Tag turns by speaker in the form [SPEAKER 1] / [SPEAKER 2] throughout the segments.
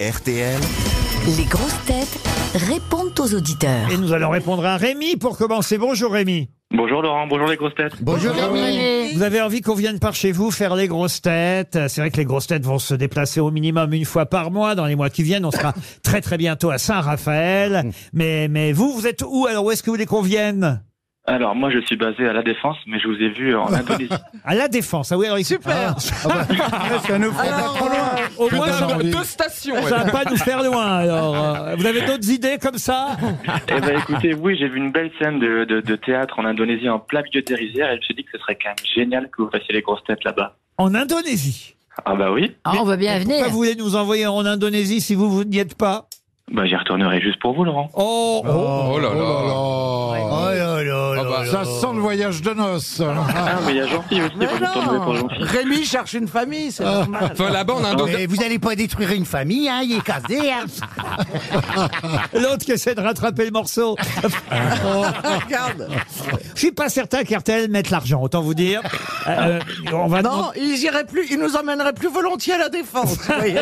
[SPEAKER 1] RTL.
[SPEAKER 2] Les grosses têtes répondent aux auditeurs.
[SPEAKER 3] Et nous allons répondre à Rémi pour commencer. Bonjour Rémi.
[SPEAKER 4] Bonjour Laurent, bonjour les grosses têtes.
[SPEAKER 3] Bonjour Rémi. Vous avez envie qu'on vienne par chez vous faire les grosses têtes C'est vrai que les grosses têtes vont se déplacer au minimum une fois par mois dans les mois qui viennent. On sera très très bientôt à Saint-Raphaël. Mais, mais vous, vous êtes où Alors où est-ce que vous voulez qu'on vienne
[SPEAKER 4] Alors moi je suis basé à La Défense, mais je vous ai vu en Indonésie.
[SPEAKER 3] À la défense. Ah oui, alors ah, super.
[SPEAKER 5] Ça nous fait pas trop loin.
[SPEAKER 3] Au moins, ça,
[SPEAKER 6] Deux, deux stations. ouais.
[SPEAKER 3] ça va pas nous faire loin. Alors, Euh, vous avez d'autres idées comme ça
[SPEAKER 4] eh ben écoutez, oui, j'ai vu une belle scène de, de- de théâtre en Indonésie en plein milieu des rizières et je me suis dit que ce serait quand même génial que vous fassiez les grosses têtes là-bas.
[SPEAKER 3] En Indonésie.
[SPEAKER 4] Ah bah oui,
[SPEAKER 7] Ah, on veut bien venir.
[SPEAKER 3] Pourquoi vous voulez nous envoyer en Indonésie si vous vous n'y êtes pas
[SPEAKER 4] bah j'y retournerai juste pour vous Laurent.
[SPEAKER 3] Oh,
[SPEAKER 6] Oh là là.
[SPEAKER 5] Oh là là là
[SPEAKER 6] bah,
[SPEAKER 5] là.
[SPEAKER 6] ça
[SPEAKER 5] là.
[SPEAKER 6] sent le voyage de noces.
[SPEAKER 4] Ah mais il y a gentil aussi, vous
[SPEAKER 7] Mais
[SPEAKER 4] me tournerez pour gentil.
[SPEAKER 8] Rémi cherche une famille,
[SPEAKER 3] Ah.
[SPEAKER 8] c'est normal.
[SPEAKER 6] Enfin, là-bas, on a un
[SPEAKER 5] Ah, Mais vous n'allez pas détruire une famille, hein, il est casé. hein.
[SPEAKER 3] l'autre qui essaie de rattraper le morceau.
[SPEAKER 8] Ah, Regarde.
[SPEAKER 3] Je suis pas certain qu'RTL mette l'argent, autant vous dire. Euh, on va
[SPEAKER 8] Non, ils iraient plus, ils nous emmèneraient plus volontiers à la défense. vous voyez.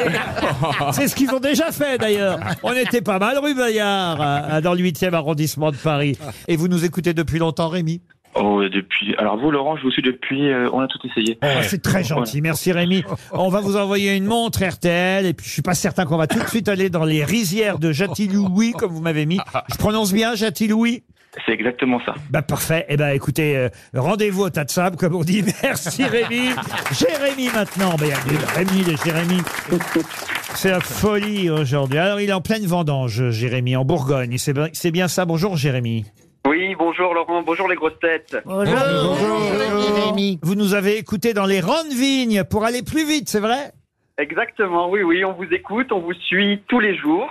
[SPEAKER 3] C'est ce qu'ils ont déjà fait d'ailleurs. On était pas mal rue Bayard, euh, dans le 8e arrondissement de Paris. Et vous nous écoutez depuis longtemps, Rémi
[SPEAKER 4] Oh et depuis. Alors vous Laurent, je vous suis depuis. euh, on a tout essayé.
[SPEAKER 3] Ah, C'est très gentil, merci Rémi. On va vous envoyer une montre RTL, et puis je suis pas certain qu'on va tout de suite aller dans les rizières de Jatilouis, comme vous m'avez mis. Je prononce bien Jatilouis
[SPEAKER 4] C'est exactement ça.
[SPEAKER 3] Bah parfait. Eh ben écoutez, euh, rendez-vous au tas de sable, comme on dit. Merci Rémi. Jérémy maintenant. Ben, il y a des Rémi, des Jérémy. C'est la folie aujourd'hui. Alors il est en pleine vendange, Jérémy, en Bourgogne. C'est bien- C'est bien ça. Bonjour Jérémy.
[SPEAKER 9] Oui, bonjour Laurent, bonjour les grosses têtes.
[SPEAKER 7] Bonjour.
[SPEAKER 5] Rémi.
[SPEAKER 3] Vous nous avez écouté dans les rangs de vignes pour aller plus vite, c'est vrai
[SPEAKER 9] Exactement, oui, oui, on vous écoute, on vous suit tous les jours.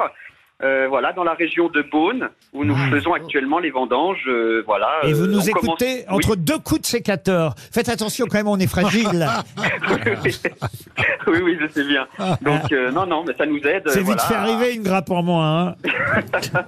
[SPEAKER 9] Euh, voilà, dans la région de Beaune, où nous faisons actuellement les vendanges. euh, voilà.
[SPEAKER 3] Et vous
[SPEAKER 9] euh,
[SPEAKER 3] nous
[SPEAKER 9] on commence-
[SPEAKER 3] écoutez
[SPEAKER 9] Oui,
[SPEAKER 3] entre deux coups de sécateur. Faites attention quand même, on est fragile.
[SPEAKER 9] oui, oui, je sais bien.
[SPEAKER 3] Ah.
[SPEAKER 9] Donc, euh, non, non, mais ça nous aide.
[SPEAKER 3] C'est
[SPEAKER 9] euh,
[SPEAKER 3] vite
[SPEAKER 9] voilà.
[SPEAKER 3] fait arriver une grappe en moins. hein.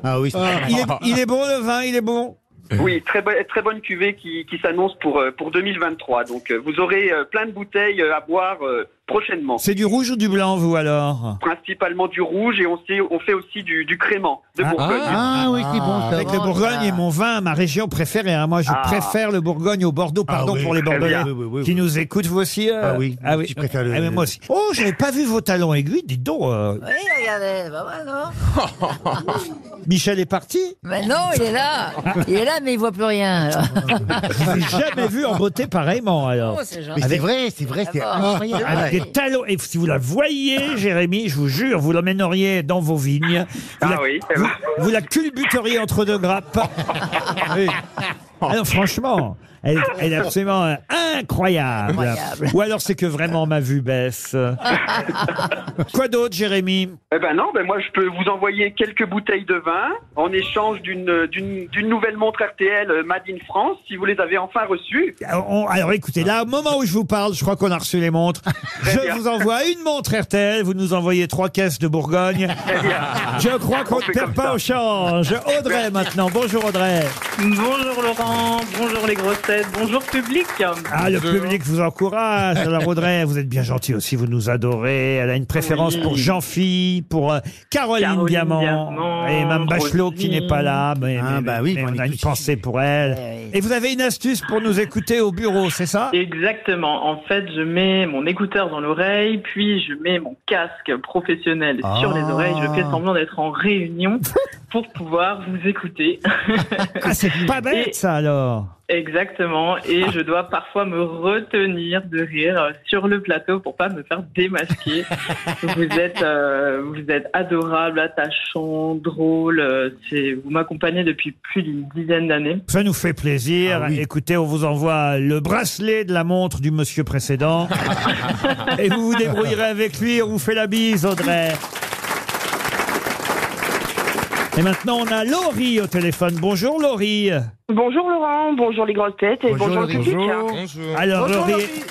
[SPEAKER 5] Ah oui, c'est
[SPEAKER 3] Il, est, il est bon le vin, il est bon.
[SPEAKER 9] Oui, très, bo- très bonne cuvée qui, qui s'annonce pour, euh, pour 2023. Donc, euh, vous aurez euh, plein de bouteilles euh, à boire euh, prochainement.
[SPEAKER 3] C'est du rouge ou du blanc, vous alors
[SPEAKER 9] Principalement du rouge et on, sait, on fait aussi du, du crément de
[SPEAKER 3] Ah,
[SPEAKER 9] Bourgogne.
[SPEAKER 5] Ah oui, c'est bon, ça.
[SPEAKER 3] Avec le
[SPEAKER 7] Oh,
[SPEAKER 3] Bourgogne
[SPEAKER 7] ça.
[SPEAKER 3] est mon vin, ma région préférée. hein. Moi, je
[SPEAKER 9] Ah.
[SPEAKER 3] préfère le Bourgogne au Bordeaux. Pardon
[SPEAKER 5] Ah oui,
[SPEAKER 3] pour les
[SPEAKER 9] très
[SPEAKER 3] Bordelais
[SPEAKER 9] bien.
[SPEAKER 5] Oui, oui, oui,
[SPEAKER 3] qui
[SPEAKER 5] oui.
[SPEAKER 3] nous écoutent. Vous aussi euh,
[SPEAKER 5] Ah oui, je préfère le-
[SPEAKER 3] Ah, mais moi aussi. Oh, j'avais pas vu vos talons aiguilles. Dites donc, euh,
[SPEAKER 7] Oui, regardez, bah ouais, non
[SPEAKER 3] Michel est parti.
[SPEAKER 2] Bah
[SPEAKER 7] Mais non, il est là. Il est là, mais il voit plus rien. alors.
[SPEAKER 3] Je l'ai jamais vu en beauté pareillement. Alors.
[SPEAKER 7] Oh, c'est gentil.
[SPEAKER 5] Mais c'est vrai, c'est vrai, c'est
[SPEAKER 7] Ah bon.
[SPEAKER 5] incroyable.
[SPEAKER 3] Avec des talons. Et si vous la voyez, Jérémy, je vous jure, vous l'emmèneriez dans vos vignes. Vous
[SPEAKER 9] Ah
[SPEAKER 3] la,
[SPEAKER 9] oui,
[SPEAKER 3] vous, vous la culbuteriez entre deux grappes. Oui. Alors franchement, elle, elle est absolument euh, incroyable.
[SPEAKER 7] Incroyable.
[SPEAKER 3] Ou alors c'est que vraiment ma vue baisse. Quoi d'autre, Jérémy
[SPEAKER 9] Eh ben non, ben moi je peux vous envoyer quelques bouteilles de vin en échange d'une d'une d'une nouvelle montre RTL euh, Made in France si vous les avez enfin reçues.
[SPEAKER 3] alors, on- alors, écoutez, là, au moment où je vous parle, je crois qu'on a reçu les montres. Je
[SPEAKER 9] bien.
[SPEAKER 3] vous envoie une montre RTL, vous nous envoyez trois caisses de Bourgogne.
[SPEAKER 9] Eh
[SPEAKER 3] Je crois qu'on
[SPEAKER 9] On
[SPEAKER 3] ne
[SPEAKER 9] fait
[SPEAKER 3] perd
[SPEAKER 9] comme
[SPEAKER 3] pas
[SPEAKER 9] ça.
[SPEAKER 3] au change. Audrey maintenant, bonjour Audrey.
[SPEAKER 10] Bonjour Laurent, bonjour les grosses têtes, bonjour public.
[SPEAKER 3] Ah, le
[SPEAKER 6] Bonjour.
[SPEAKER 3] public vous encourage. Alors, Audrey, vous êtes bien gentil aussi, vous nous adorez. Elle a une préférence
[SPEAKER 10] Oui.
[SPEAKER 3] pour Jean-Phi, pour euh, Caroline,
[SPEAKER 10] Caroline
[SPEAKER 3] Diamant,
[SPEAKER 10] Diamant,
[SPEAKER 3] et Mme Bachelot qui
[SPEAKER 10] Roselyne.
[SPEAKER 3] n'est pas là. Mais,
[SPEAKER 5] Ah,
[SPEAKER 3] mais-
[SPEAKER 5] bah oui,
[SPEAKER 3] mais
[SPEAKER 5] on
[SPEAKER 3] on
[SPEAKER 5] est
[SPEAKER 3] a une
[SPEAKER 5] tous-
[SPEAKER 3] pensée pour elle.
[SPEAKER 7] Eh oui.
[SPEAKER 3] Et vous avez une astuce pour nous écouter au bureau, c'est ça
[SPEAKER 10] Exactement, en fait je mets mon écouteur dans l'oreille, puis je mets mon casque professionnel sur les
[SPEAKER 5] Ah.
[SPEAKER 10] oreilles, je fais semblant d'être en réunion pour pouvoir vous écouter.
[SPEAKER 3] Ah, c'est pas bête,
[SPEAKER 10] Et-
[SPEAKER 3] ça, alors.
[SPEAKER 10] Exactement, et je dois parfois me retenir de rire euh, sur le plateau pour pas me faire démasquer. vous êtes, euh, vous êtes adorable, attachant, drôle. euh, C'est, vous m'accompagnez depuis plus d'une dizaine d'années.
[SPEAKER 3] Ça nous fait plaisir.
[SPEAKER 5] Ah oui.
[SPEAKER 3] Écoutez, on vous envoie le bracelet de la montre du monsieur précédent. et vous vous débrouillerez avec lui. On vous fait la bise, Audrey. Et maintenant, on a Laurie au téléphone. Bonjour, Laurie.
[SPEAKER 10] Bonjour Laurent, bonjour les grosses têtes et
[SPEAKER 5] Bonjour, bonjour le Laurie.
[SPEAKER 6] Bonjour.
[SPEAKER 3] Alors,
[SPEAKER 8] Bonjour,
[SPEAKER 3] Laurie,
[SPEAKER 8] Laurie.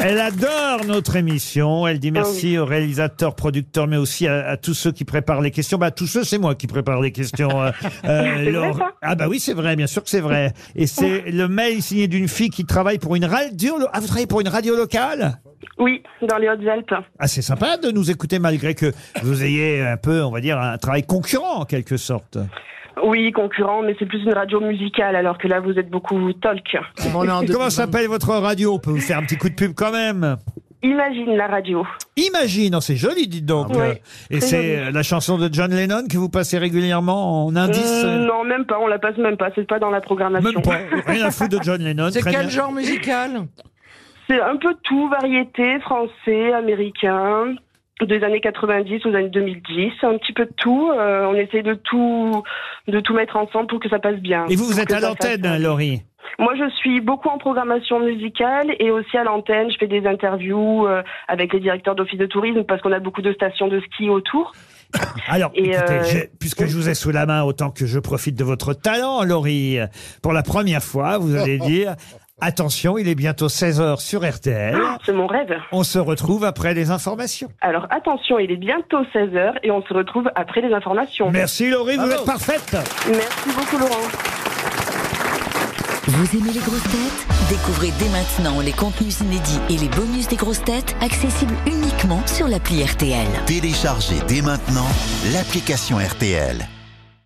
[SPEAKER 3] Elle adore notre émission. Elle dit merci aux réalisateurs, producteurs, mais aussi à, à tous ceux qui préparent les questions. Bah, tous ceux, c'est moi qui prépare les questions. euh, euh,
[SPEAKER 10] C'est vrai,
[SPEAKER 3] Laure-
[SPEAKER 10] ça
[SPEAKER 3] ah bah oui, c'est vrai, bien sûr que c'est vrai. Et c'est le mail signé d'une fille qui travaille pour une radio. lo- Ah, vous travaillez pour une radio locale
[SPEAKER 1] Oui, dans les Hautes-Alpes.
[SPEAKER 3] Ah, c'est sympa de nous écouter malgré que vous ayez un peu, on va dire, un travail concurrent en quelque sorte.
[SPEAKER 1] Oui, concurrent, mais c'est plus une radio musicale, alors que là, vous êtes beaucoup talk.
[SPEAKER 3] Comment s'appelle votre radio On peut vous faire un petit coup de pub quand même.
[SPEAKER 1] Imagine la radio.
[SPEAKER 3] Imagine, oh, c'est joli, dites donc.
[SPEAKER 1] Ah ouais.
[SPEAKER 3] Euh, Et
[SPEAKER 1] Très
[SPEAKER 3] c'est
[SPEAKER 1] joli.
[SPEAKER 3] euh, la chanson de John Lennon que vous passez régulièrement en indice.
[SPEAKER 1] Euh,
[SPEAKER 3] euh,
[SPEAKER 1] non, même pas, on la passe même pas, c'est pas dans la programmation.
[SPEAKER 3] Même pas, rien à foutre de John Lennon.
[SPEAKER 8] C'est
[SPEAKER 3] très
[SPEAKER 8] quel
[SPEAKER 3] bien.
[SPEAKER 8] genre musical
[SPEAKER 1] C'est un peu tout, variété, français, américain, des années 90 aux années 2010, un petit peu de tout. euh, on essaie de tout, de tout mettre ensemble pour que ça passe bien.
[SPEAKER 3] Et vous, vous
[SPEAKER 1] Pour
[SPEAKER 3] êtes
[SPEAKER 1] que
[SPEAKER 3] à
[SPEAKER 1] ça
[SPEAKER 3] l'antenne,
[SPEAKER 1] fasse-
[SPEAKER 3] hein, Laurie
[SPEAKER 1] Moi, je suis beaucoup en programmation musicale et aussi à l'antenne. Je fais des interviews euh, avec les directeurs d'office de tourisme parce qu'on a beaucoup de stations de ski autour.
[SPEAKER 3] Alors,
[SPEAKER 1] Et,
[SPEAKER 3] écoutez,
[SPEAKER 1] euh,
[SPEAKER 3] j'ai- puisque je vous ai sous la main, autant que je profite de votre talent, Laurie, pour la première fois, vous allez dire attention, il est bientôt 16h sur RTL.
[SPEAKER 1] C'est mon rêve.
[SPEAKER 3] On se retrouve après les informations.
[SPEAKER 1] Alors attention, il est bientôt 16h et on se retrouve après les informations.
[SPEAKER 3] Merci, Laurie, vous
[SPEAKER 1] Bravo.
[SPEAKER 3] êtes parfaite.
[SPEAKER 1] Merci beaucoup Laurent.
[SPEAKER 2] Vous aimez les grosses têtes Découvrez dès maintenant les contenus inédits et les bonus des grosses têtes accessibles uniquement sur l'appli RTL.
[SPEAKER 11] Téléchargez dès maintenant l'application RTL.